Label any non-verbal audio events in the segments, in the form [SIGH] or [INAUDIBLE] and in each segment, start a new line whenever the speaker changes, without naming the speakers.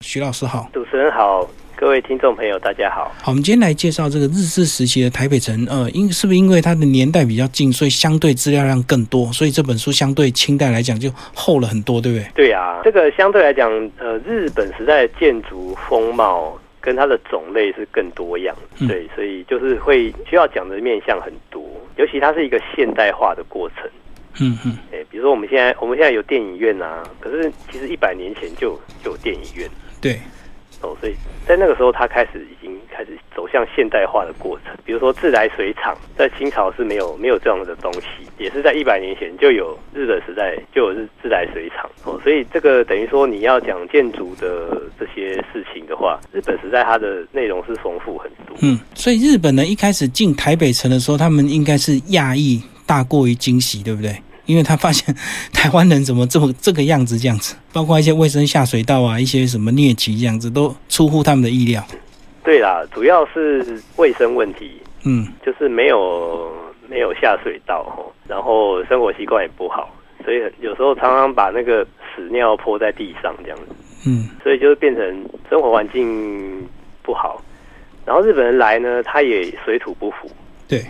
徐老师好。
主持人好，各位听众朋友大家好。
好，我们今天来介绍这个日治时期的台北城。呃，因是不是因为它的年代比较近，所以相对资料量更多，所以这本书相对清代来讲就厚了很多，对不对？
对啊，这个相对来讲，呃，日本时代的建筑风貌跟它的种类是更多样的，
嗯
对，所以就是会需要讲的面向很多，尤其它是一个现代化的过程。
嗯嗯
诶，比如说我们现在我们现在有电影院啊，可是其实一百年前就就有电影院
对，
哦，所以在那个时候它开始已经开始走向现代化的过程。比如说自来水厂，在清朝是没有没有这样的东西，也是在一百年前就有日本时代就有日自来水厂哦，所以这个等于说你要讲建筑的这些事情的话，日本时代它的内容是丰富很多。
嗯，所以日本人一开始进台北城的时候，他们应该是讶异大过于惊喜，对不对？因为他发现台湾人怎么这么这个样子，这样子，包括一些卫生下水道啊，一些什么疟疾这样子，都出乎他们的意料。
对啦，主要是卫生问题，
嗯
就是没有没有下水道吼，然后生活习惯也不好，所以有时候常常把那个屎尿泼在地上这样子，
嗯
所以就是变成生活环境不好。然后日本人来呢，他也水土不服
对，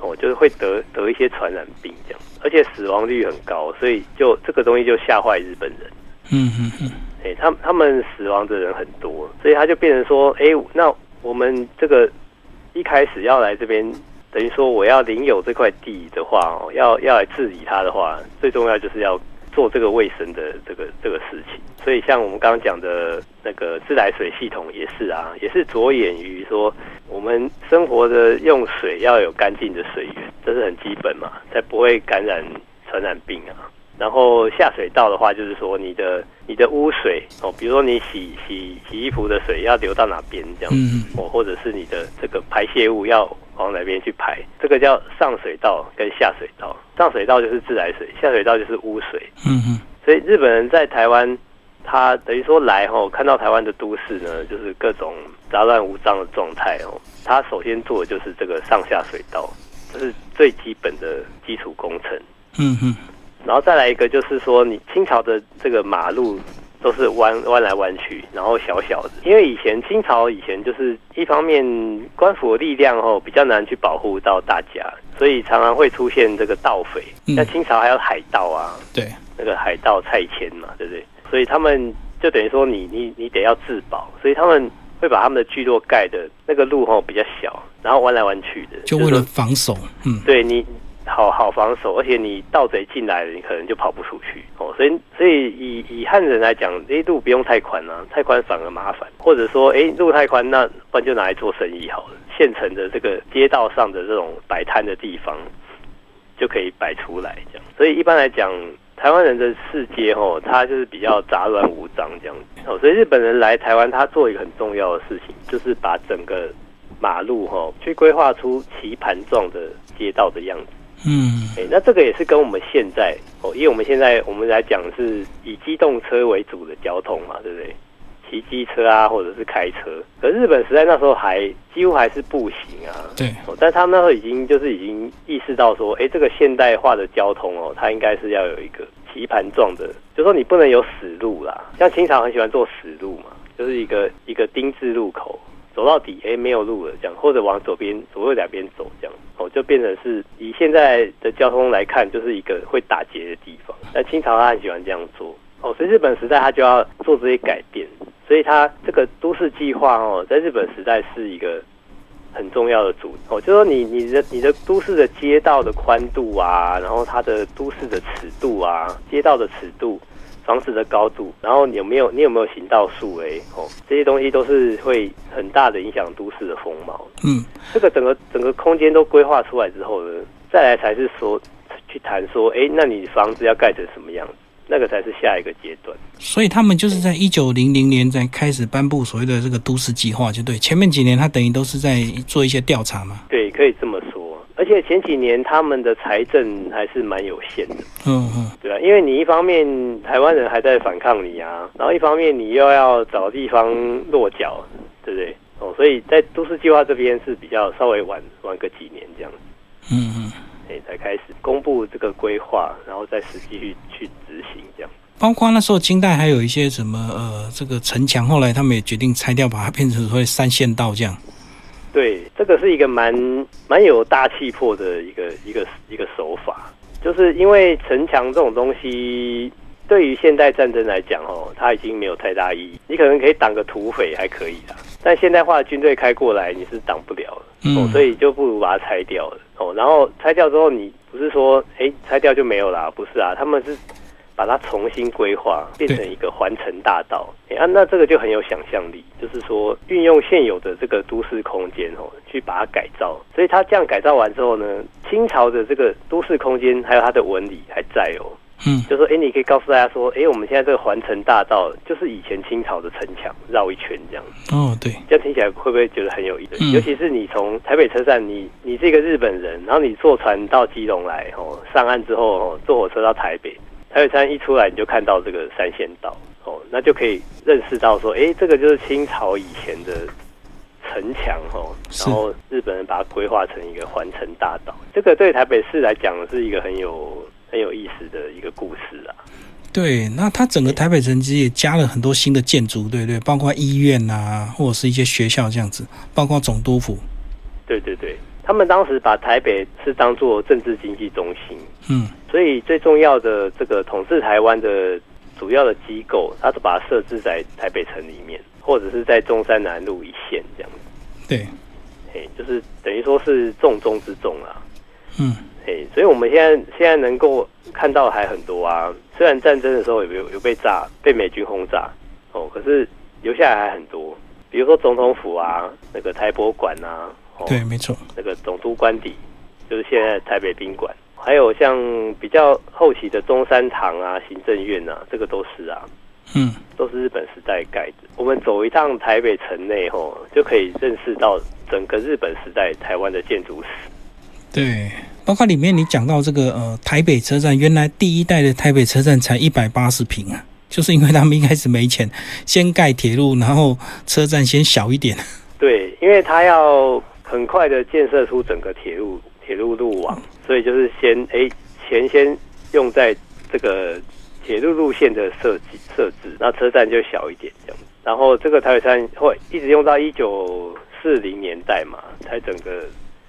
哦，就是会得得一些传染病这样，而且死亡率很高，所以就这个东西就吓坏日本人。
嗯嗯嗯，
哎、他他们死亡的人很多，所以他就变成说，哎、那我们这个一开始要来这边，等于说我要领有这块地的话，哦，要要来治理它的话，最重要就是要做这个卫生的这个这个事情。所以像我们刚刚讲的那个自来水系统也是啊，也是着眼于说我们生活的用水要有干净的水源，这是很基本嘛，才不会感染传染病啊。然后下水道的话，就是说你的你的污水哦，比如说你洗洗洗衣服的水要流到哪边这样，
嗯
哦，或者是你的这个排泄物要往哪边去排，这个叫上水道跟下水道。上水道就是自来水，下水道就是污水。
嗯嗯，
所以日本人在台湾，他等于说来吼，看到台湾的都市呢，就是各种杂乱无章的状态哦。他首先做的就是这个上下水道，这是最基本的基础工程。
嗯嗯，
然后再来一个就是说，你清朝的这个马路都是弯弯来弯去，然后小小的，因为以前清朝以前就是一方面官府的力量哦比较难去保护到大家，所以常常会出现这个盗匪。
嗯
那清朝还有海盗啊，
对，
那个海盗蔡牵嘛，对不对？所以他们就等于说你你你得要自保，所以他们会把他们的聚落盖的那个路哦吼比较小，然后弯来弯去的，
就为了防守。嗯
对你好好防守，而且你盗贼进来了，你可能就跑不出去哦。所以，所以以以汉人来讲，诶，路不用太宽啊，太宽反而麻烦。或者说，诶，路太宽，那不然就拿来做生意好了。现成的这个街道上的这种摆摊的地方，就可以摆出来这样。所以一般来讲，台湾人的世界哦，它就是比较杂乱无章这样子哦。所以日本人来台湾，他做一个很重要的事情，就是把整个马路哈、哦、去规划出棋盘状的街道的样子。
嗯
哎，那这个也是跟我们现在哦，因为我们现在我们来讲是以机动车为主的交通嘛，对不对？骑机车啊，或者是开车。可日本时代那时候还几乎还是步行啊，
对，
哦，但他们那时候已经就是已经意识到说，哎，这个现代化的交通哦，它应该是要有一个棋盘状的，就说你不能有死路啦。像清朝很喜欢做死路嘛，就是一个一个丁字路口，走到底，哎，没有路了这样，或者往左边左右两边走这样，哦，就变成是以现在的交通来看，就是一个会打结的地方。那清朝他很喜欢这样做，哦，所以日本时代他就要做这些改变，所以他这个都市计划哦，在日本时代是一个很重要的主哦，就说你你的你的都市的街道的宽度啊，然后它的都市的尺度啊，街道的尺度，房子的高度，然后你有没有你有没有行道树诶哦，这些东西都是会很大的影响都市的风貌。
嗯
这个整个整个空间都规划出来之后呢，再来才是说去谈说，诶，那你房子要盖成什么样子，那个才是下一个阶段。
所以他们就是在一九零零年才开始颁布所谓的这个都市计划，就对。前面几年他等于都是在做一些调查嘛。
对，可以这么说。而且前几年他们的财政还是蛮有限的。
嗯嗯
对啊，因为你一方面台湾人还在反抗你啊，然后一方面你又要找地方落脚，对不对？哦，所以在都市计划这边是比较稍微晚晚个几年这样，
嗯嗯。
哎，才开始公布这个规划，然后再实际去去执行这样。
包括那时候清代还有一些什么呃，这个城墙，后来他们也决定拆掉，把它变成所谓三线道这样。
对，这个是一个蛮蛮有大气魄的一个一个一个手法，就是因为城墙这种东西，对于现代战争来讲哦，它已经没有太大意义。你可能可以挡个土匪还可以啦，但现代化的军队开过来，你是挡不了的哦
嗯，
所以就不如把它拆掉了哦。然后拆掉之后，你不是说哎拆掉就没有啦？不是啊，他们是。把它重新规划，变成一个环城大道。哎、啊，那这个就很有想象力，就是说运用现有的这个都市空间哦，去把它改造。所以它这样改造完之后呢，清朝的这个都市空间还有它的纹理还在哦。
嗯
就说哎，诶你可以告诉大家说，哎，我们现在这个环城大道就是以前清朝的城墙绕一圈这样。
哦，对，
这样听起来会不会觉得很有意思？
嗯
尤其是你从台北车站，你你是一个日本人，然后你坐船到基隆来，哦，上岸之后，哦，坐火车到台北，台北车站一出来，你就看到这个三线道，哦，那就可以认识到说，诶，这个就是清朝以前的城墙，哦，
是
然后日本人把它规划成一个环城大道，这个对台北市来讲是一个很有很有意思的一个故事啊。
对，那它整个台北城其实也加了很多新的建筑，对不对？包括医院啊，或者是一些学校这样子，包括总督府。
对对对，他们当时把台北是当做政治经济中心。
嗯
所以最重要的这个统治台湾的主要的机构，它是把它设置在台北城里面，或者是在中山南路一线这样子，
对，
嘿，就是等于说是重中之重啦、
嗯
嘿，所以我们现在现在能够看到还很多啊，虽然战争的时候有有有被炸，被美军轰炸，哦，可是留下来还很多，比如说总统府啊，那个台博馆啊，哦，
对，没错。
那个总督官邸，就是现在台北宾馆，还有像比较后期的中山堂啊、行政院啊，这个都是啊，
嗯，
都是日本时代盖的。我们走一趟台北城内吼，就可以认识到整个日本时代台湾的建筑史。
对，包括里面你讲到这个呃台北车站，原来第一代的台北车站才一百八十平啊，就是因为他们一开始没钱，先盖铁路，然后车站先小一点。 [LAUGHS]
对，因为它要很快的建设出整个铁路铁路路网，所以就是先哎钱先用在这个铁路路线的设计设置，那车站就小一点这样。然后这个台北站会一直用到一九四零年代嘛，才整个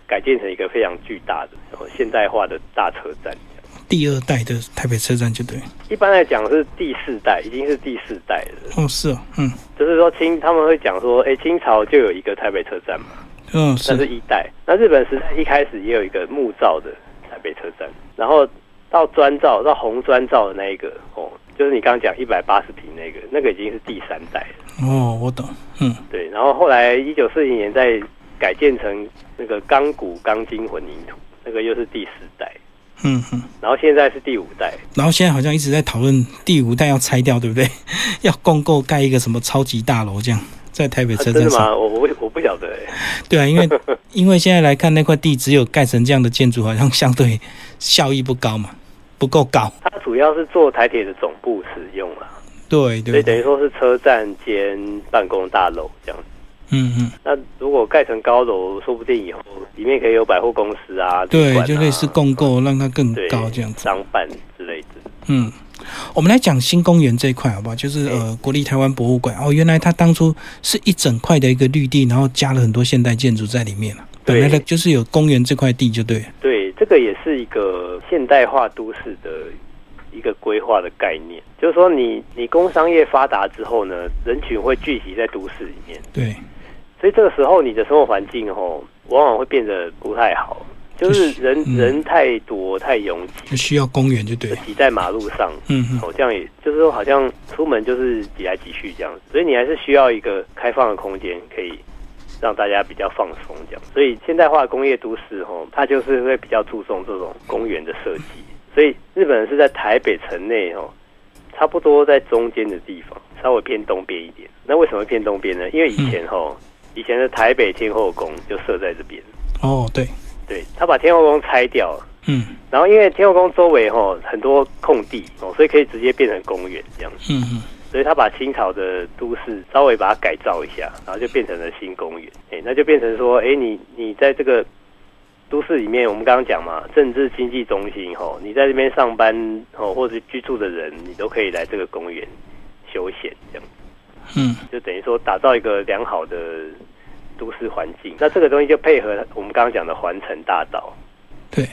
改建成一个非常巨大的、然后现代化的大车站这样。
第二代的台北车站就对。
一般来讲是第四代，已经是第四代了。
哦，是哦，嗯
就是说清他们会讲说，哎，清朝就有一个台北车站嘛。
嗯、
那是
是
一代。那日本时代一开始也有一个木造的台北车站，然后到砖造到红砖造的那一个哦，就是你刚刚讲一百八十平那个，那个已经是第三代了。
哦，我懂。嗯，
对，然后后来一九四零年再改建成那个钢骨钢筋混凝土，那个又是第四代，
嗯嗯，
然后现在是第五代。
然后现在好像一直在讨论第五代要拆掉，对不 [LAUGHS] 对？要共购盖一个什么超级大楼这样，在台北
啊
车
真
站
的
上。
吗？我我不我不晓得、欸。
对啊，因为因为现在来看那块地只有盖成这样的建筑，好像相对效益不高嘛，不够高。
它主要是做台铁的总部使用啊，
对
所以
对
等于
对，
说是车站兼办公大楼这样子。
嗯嗯，
那如果盖成高楼，说不定以后里面可以有百货公司啊，旅
对，
馆啊
就类似共购，让它更
对
高这样子。
商办之类的。
嗯，我们来讲新公园这一块好不好？就是呃，国立台湾博物馆哦，原来它当初是一整块的一个绿地，然后加了很多现代建筑在里面了。本来的
对
就是有公园这块地就对了。
对，这个也是一个现代化都市的一个规划的概念，就是说你你工商业发达之后呢，人群会聚集在都市里面，
对，
所以这个时候你的生活环境哦，往往会变得不太好，就是人、
嗯
人太多太拥
就
挤，
需要公园就对
就
了。
挤在马路上，
嗯嗯，
好像哦也就是说，好像出门就是挤来挤去这样，所以你还是需要一个开放的空间，可以让大家比较放松这样。所以现代化工业都市吼，它就是会比较注重这种公园的设计。所以日本人是在台北城内吼，差不多在中间的地方，稍微偏东边一点。那为什么偏东边呢？因为以前吼，以前的台北天后宫就设在这边，
哦对，
对他把天后宫拆掉了。
嗯
然后因为天后宫周围吼很多空地哦，所以可以直接变成公园这样子。
嗯嗯，
所以他把清朝的都市稍微把它改造一下，然后就变成了新公园。哎，那就变成说，哎，你你在这个都市里面，我们刚刚讲嘛，政治经济中心吼，你在这边上班吼，或者居住的人，你都可以来这个公园休闲，这样
嗯
就等于说打造一个良好的都市环境。那这个东西就配合我们刚刚讲的环城大道，
对，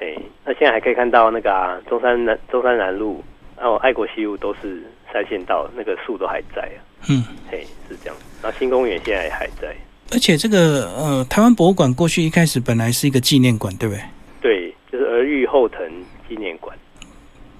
哎，那现在还可以看到那个啊，中山南中山南路，哦，爱国西路都是三线道，那个树都还在啊，
嗯。
嘿，是这样。然后新公园现在也还在，
而且这个呃，台湾博物馆过去一开始本来是一个纪念馆，对不对？
对，就是儿育后藤纪念馆。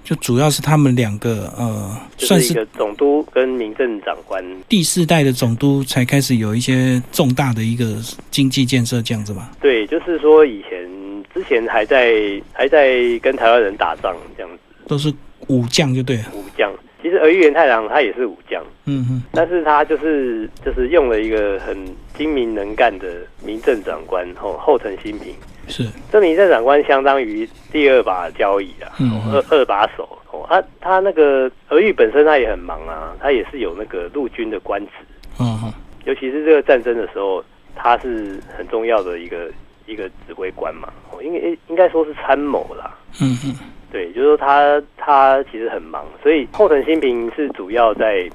就主要是他们两个呃，
就
算
是一
是
个总督跟民政长官，
第四代的总督才开始有一些重大的一个经济建设这样子吧。
对，就是说以前之前还在还在跟台湾人打仗这样子，
都是武将就对了。
武将。其实儿玉源太郎他也是武将，
嗯嗯，
但是他就是就是用了一个很精明能干的民政长官后后藤新平，
是，
这民政长官相当于第二把交椅啊，
嗯
哦二二把手哦，他他那个儿玉本身他也很忙啊，他也是有那个陆军的官职，呃
嗯嗯，
尤其是这个战争的时候，他是很重要的一个一个指挥官嘛，哦应该应该说是参谋啦。
嗯嗯，
对，就是说他他其实很忙，所以后藤新平是主要在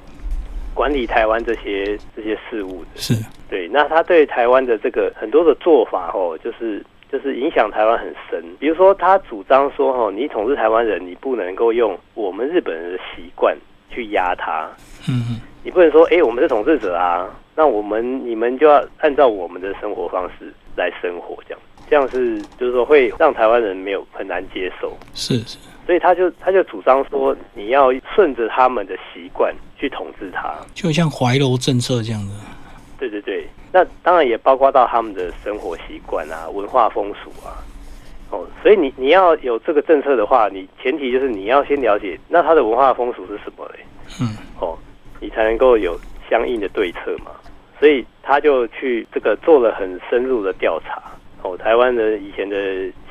管理台湾这些这些事务的。
是，
对，那他对台湾的这个很多的做法哦，就是就是影响台湾很深。比如说，他主张说哦，你统治台湾人，你不能够用我们日本人的习惯去压他，
嗯嗯，
你不能说，哎、我们是统治者啊，那我们你们就要按照我们的生活方式来生活，这样这样是就是说会让台湾人没有很难接受，
是是，
所以他就他就主张说，你要顺着他们的习惯去统治他，
就像怀柔政策这样子。
对对对，那当然也包括到他们的生活习惯啊、文化风俗啊。哦，所以你你要有这个政策的话，你前提就是你要先了解那他的文化风俗是什么嘞？
嗯，
哦，你才能够有相应的对策嘛。所以他就去这个做了很深入的调查，哦，台湾的以前的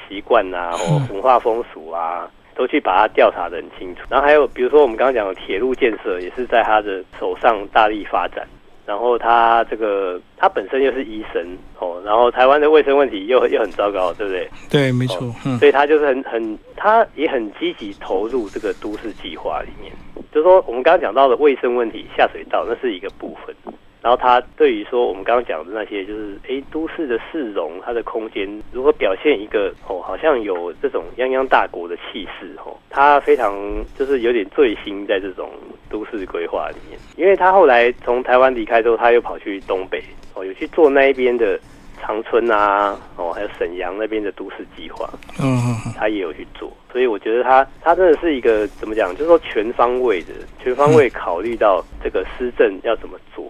习惯啊，哦，文化风俗啊，都去把它调查的很清楚。然后还有比如说我们刚刚讲的铁路建设，也是在他的手上大力发展。然后他这个他本身又是医生哦，然后台湾的卫生问题又又很糟糕，对不哦对？
对，没错。嗯
所以他就是很很，他也很积极投入这个都市计划里面。就是说，我们刚刚讲到的卫生问题、下水道那是一个部分，然后他对于说我们刚刚讲的那些，就是诶都市的市容、它的空间如何表现一个哦，好像有这种泱泱大国的气势哦，他非常就是有点醉心在这种都市规划里面。因为他后来从台湾离开之后，他又跑去东北哦，有去做那一边的。长春啊，哦，还有沈阳那边的都市计划，
嗯嗯嗯，
他也有去做，所以我觉得他他真的是一个怎么讲，就是说全方位的、全方位考虑到这个施政要怎么做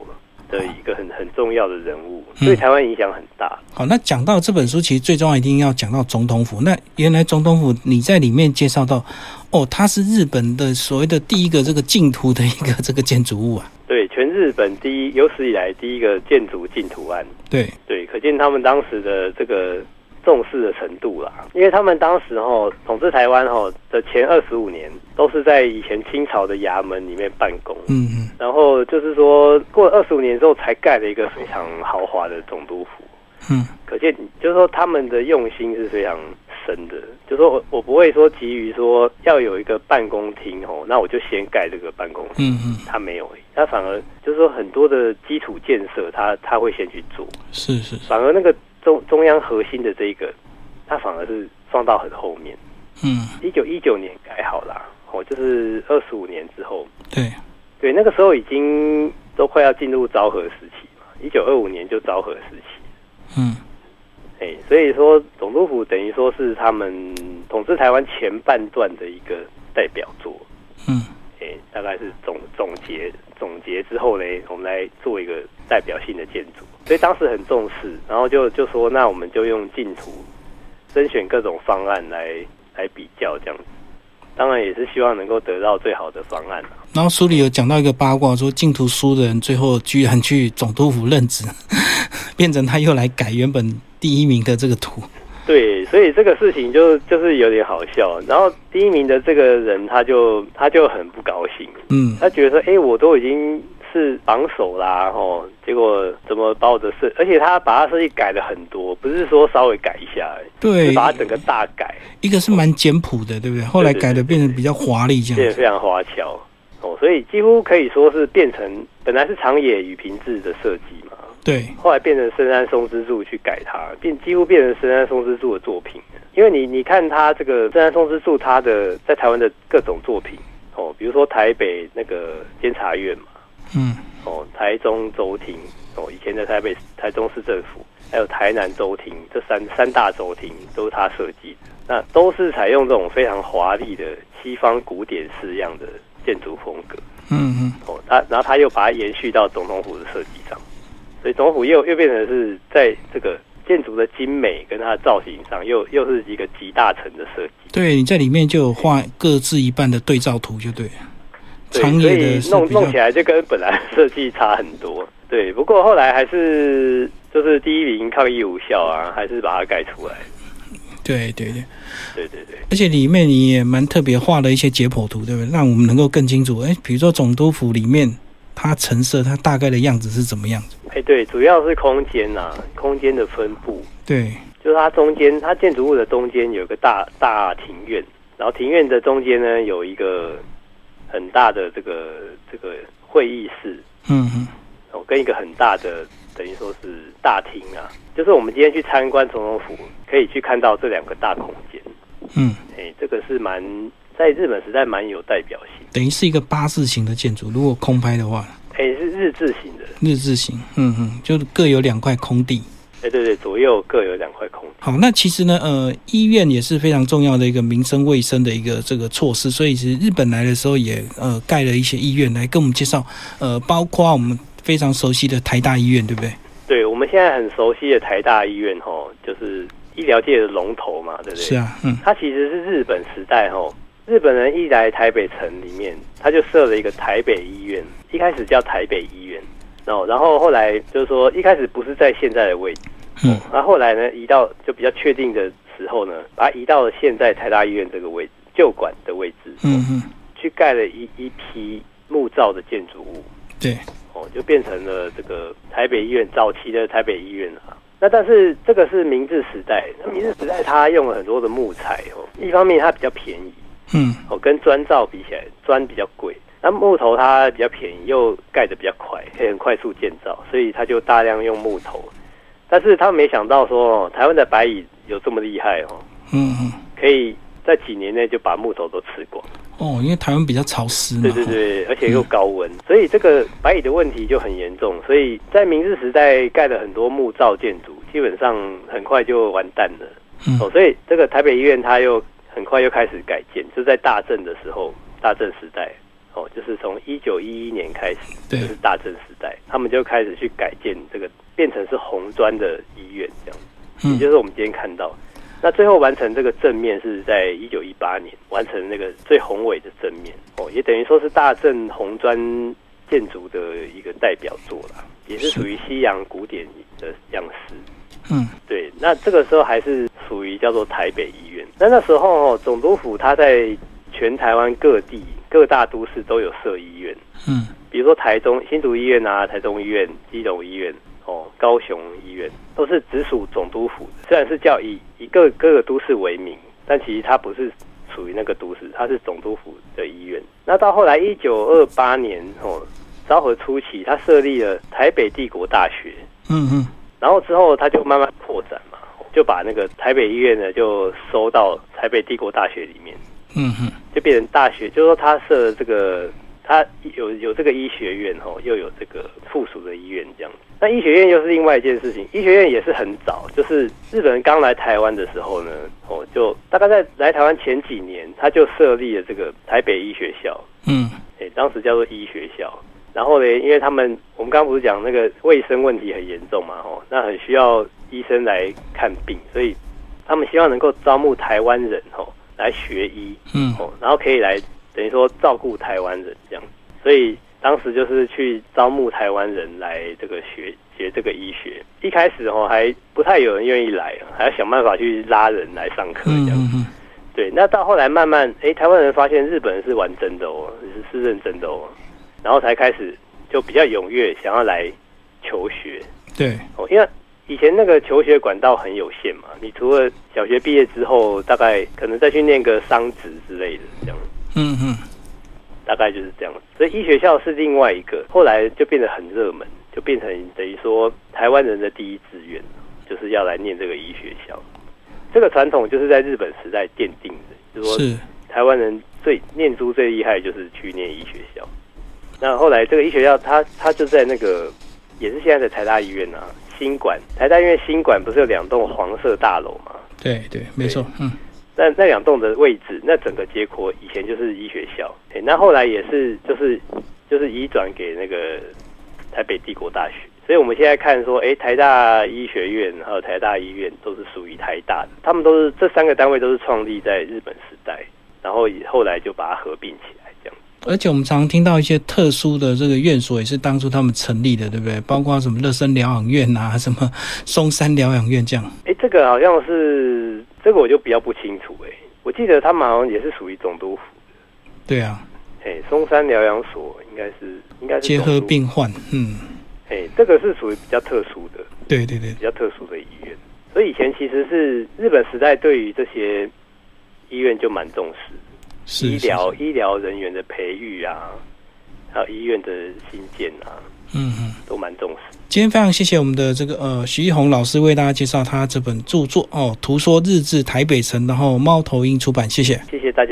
的一个很很重要的人物，
嗯
对台湾影响很大。
好，那讲到这本书，其实最重要一定要讲到总统府。那原来总统府你在里面介绍到，哦，它是日本的所谓的第一个这个净土的一个 [LAUGHS] 这个建筑物啊。
对，全日本第一有史以来第一个建筑净土案，
对，
对，可见他们当时的这个重视的程度啦。因为他们当时吼统治台湾吼的前二十五年，都是在以前清朝的衙门里面办公，
嗯嗯。
然后就是说过了二十五年之后，才盖了一个非常豪华的总督府。
嗯
可见就是说他们的用心是非常深的，就是说我我不会说急于说要有一个办公厅哦，那我就先盖这个办公厅，
嗯嗯，
他没有，欸他反而就是说很多的基础建设他他会先去做，
是是，
反而那个中中央核心的这一个，他反而是放到很后面，
嗯，
一九一九年盖好啦，哦，就是二十五年之后，
对，
对，那个时候已经都快要进入昭和时期嘛，一九二五年就昭和时期。
嗯
哎，所以说总督府等于说是他们统治台湾前半段的一个代表作，
嗯，
哎，大概是总总结总结之后呢，我们来做一个代表性的建筑，所以当时很重视，然后就就说那我们就用净土甄选各种方案来来比较这样子，当然也是希望能够得到最好的方案、啊、
然后书里有讲到一个八卦，说净土书的人最后居然去总督府任职， [LAUGHS] 变成他又来改原本第一名的这个图。
对，所以这个事情就就是有点好笑，然后第一名的这个人他就他就很不高兴。
嗯
他觉得说，哎、我都已经是是绑手啦，哦，结果怎么把我的设，而且他把他设计改了很多，不是说稍微改一下而已，
对
是，把它整个大改，
一个是蛮简朴的，对不对？后来改的变得比较华丽这
变
样
得
子。
非常花俏哦，所以几乎可以说是变成本来是长野与平治的设计嘛，
对，
后来变成深山松之助去改它，变几乎变成深山松之助的作品。因为你你看他这个深山松之助他的在台湾的各种作品哦，比如说台北那个监察院嘛，
嗯，
哦，台中州厅哦，以前的台北台中市政府，还有台南州厅这三三大州厅都是他设计的，那都是采用这种非常华丽的西方古典式样的建筑风格。
嗯嗯，
哦，他然后他又把它延续到总统府的设计上，所以总统府又又变成是在这个建筑的精美跟它的造型上，又又是一个集大成的设计。
对你在里面就有画各自一半的对照图就对了。
对，
长
所
野的
以
是
弄
比较
弄起来就跟本来的设计差很多。对，不过后来还是就是第一名抗议无效啊，还是把它盖出来。
对对对，
对对对，
而且里面你也蛮特别画了一些解剖图，对不对？让我们能够更清楚，哎，比如说总督府里面它成色它大概的样子是怎么样子？
哎对，主要是空间呐、空间的分布，
对，
就是它中间，它建筑物的中间有一个大大庭院，然后庭院的中间呢有一个很大的这个这个会议室，
嗯嗯，
哦，跟一个很大的等于说是大厅啊，就是我们今天去参观总统府可以去看到这两个大空间，
嗯，
哎，这个是蛮在日本时代蛮有代表性，
等于是一个八字形的建筑，如果空拍的话，
哎，是日治型的，
日字形，嗯嗯，就各有两块空地。
哎，对对，左右各有两块空间。
好，那其实呢，呃，医院也是非常重要的一个民生卫生的一个这个措施，所以其实日本来的时候也呃盖了一些医院来跟我们介绍，呃，包括我们非常熟悉的台大医院，对不对？
对，我们现在很熟悉的台大医院，吼，就是医疗界的龙头嘛，对不对？
是啊，嗯，
它其实是日本时代吼，日本人一来台北城里面，他就设了一个台北医院，一开始叫台北医院，然后然后后来就是说一开始不是在现在的位置，
嗯
然后后来呢移到就比较确定的时候呢，把它移到了现在台大医院这个位置旧馆的位置，
嗯嗯，
去盖了一一批木造的建筑物，
对，
哦，就变成了这个台北医院早期的台北医院啊。那但是这个是明治时代，那明治时代它用了很多的木材哦，一方面它比较便宜
嗯
哦，跟砖造比起来，砖比较贵。那木头它比较便宜，又盖得比较快，可以很快速建造，所以它就大量用木头。但是他没想到说，哦台湾的白蚁有这么厉害哦，
嗯嗯，
可以在几年内就把木头都吃光。
哦，因为台湾比较潮湿嘛，
对
嗯
对对，而且又高温，所以这个白蚁的问题就很严重。所以在明治时代盖的很多木造建筑，基本上很快就完蛋了。
嗯
哦，所以这个台北医院它又很快又开始改建，就在大正的时候，大正时代。哦，就是从一九一一年开始，
对
就是大正时代，他们就开始去改建这个，变成是红砖的医院这样，
嗯
也就是我们今天看到。那最后完成这个正面是在一九一八年完成那个最宏伟的正面哦，也等于说是大正红砖建筑的一个代表作啦，也是
是
属于西洋古典的样式。
嗯
对，那这个时候还是属于叫做台北医院。那那时候哦，总督府它在全台湾各地各大都市都有设医院，
嗯
比如说台中新竹医院啊、台中医院、基隆医院、哦、高雄医院，都是直属总督府的。虽然是叫以以各各个都市为名，但其实它不是属于那个都市，它是总督府的医院。那到后来一九二八年哦，昭和初期，它设立了台北帝国大学，
嗯嗯，
然后之后它就慢慢扩展嘛，就把那个台北医院呢就收到台北帝国大学里面。
嗯嗯，
就变成大学，就是说他设了这个，他有有这个医学院哦，又有这个附属的医院这样子。那医学院又是另外一件事情，医学院也是很早，就是日本人刚来台湾的时候呢，哦，就大概在来台湾前几年，他就设立了这个台北医学校，
嗯
哎，当时叫做医学校。然后呢，因为他们我们刚刚不是讲那个卫生问题很严重嘛，哦，那很需要医生来看病，所以他们希望能够招募台湾人哦来学医，
嗯
哦，然后可以来等于说照顾台湾人这样，所以当时就是去招募台湾人来这个学学这个医学。一开始哦还不太有人愿意来，啊还要想办法去拉人来上课这
嗯
样。
嗯
对，那到后来慢慢，哎，台湾人发现日本人是玩真的哦，是是认真的哦，然后才开始就比较踊跃想要来求学
对，
哦，因为以前那个求学管道很有限嘛，你除了小学毕业之后，大概可能再去念个商职之类的这样。
嗯嗯，
大概就是这样。所以医学校是另外一个，后来就变得很热门，就变成等于说台湾人的第一志愿，就是要来念这个医学校。这个传统就是在日本时代奠定的，就是说
是，
台湾人最念书最厉害就是去念医学校。那后来这个医学校，它它就在那个也是现在的台大医院啊，新馆台大医院新馆不是有两栋黄色大楼吗？
对对，没错，嗯，
那那两栋的位置，那整个街廓以前就是医学校，诶，那后来也是就是就是移转给那个台北帝国大学，所以我们现在看说，诶，台大医学院还有台大医院都是属于台大的，他们都是这三个单位都是创立在日本时代，然后以后来就把它合并起来，这样
而且我们常听到一些特殊的这个院所，也是当初他们成立的，对不对？包括什么乐生疗养院啊，什么松山疗养院这样。
诶，这个好像是这个我就比较不清楚，诶，我记得他们好像也是属于总督府，
对啊，
诶，松山疗养所应该是应该是
结合
总督，
病患，嗯，
诶，这个是属于比较特殊的。
对对对
比，较特殊的医院。所以以前其实是日本时代对于这些医院就蛮重视，
是
医
是
疗
是
医疗人员的培育啊，还有医院的新建啊，
嗯嗯。
都蛮重视。
今天非常谢谢我们的这个呃徐一红老师为大家介绍他这本著作哦，《图说日志台北城》，然后猫头鹰出版，谢谢。
谢谢大家。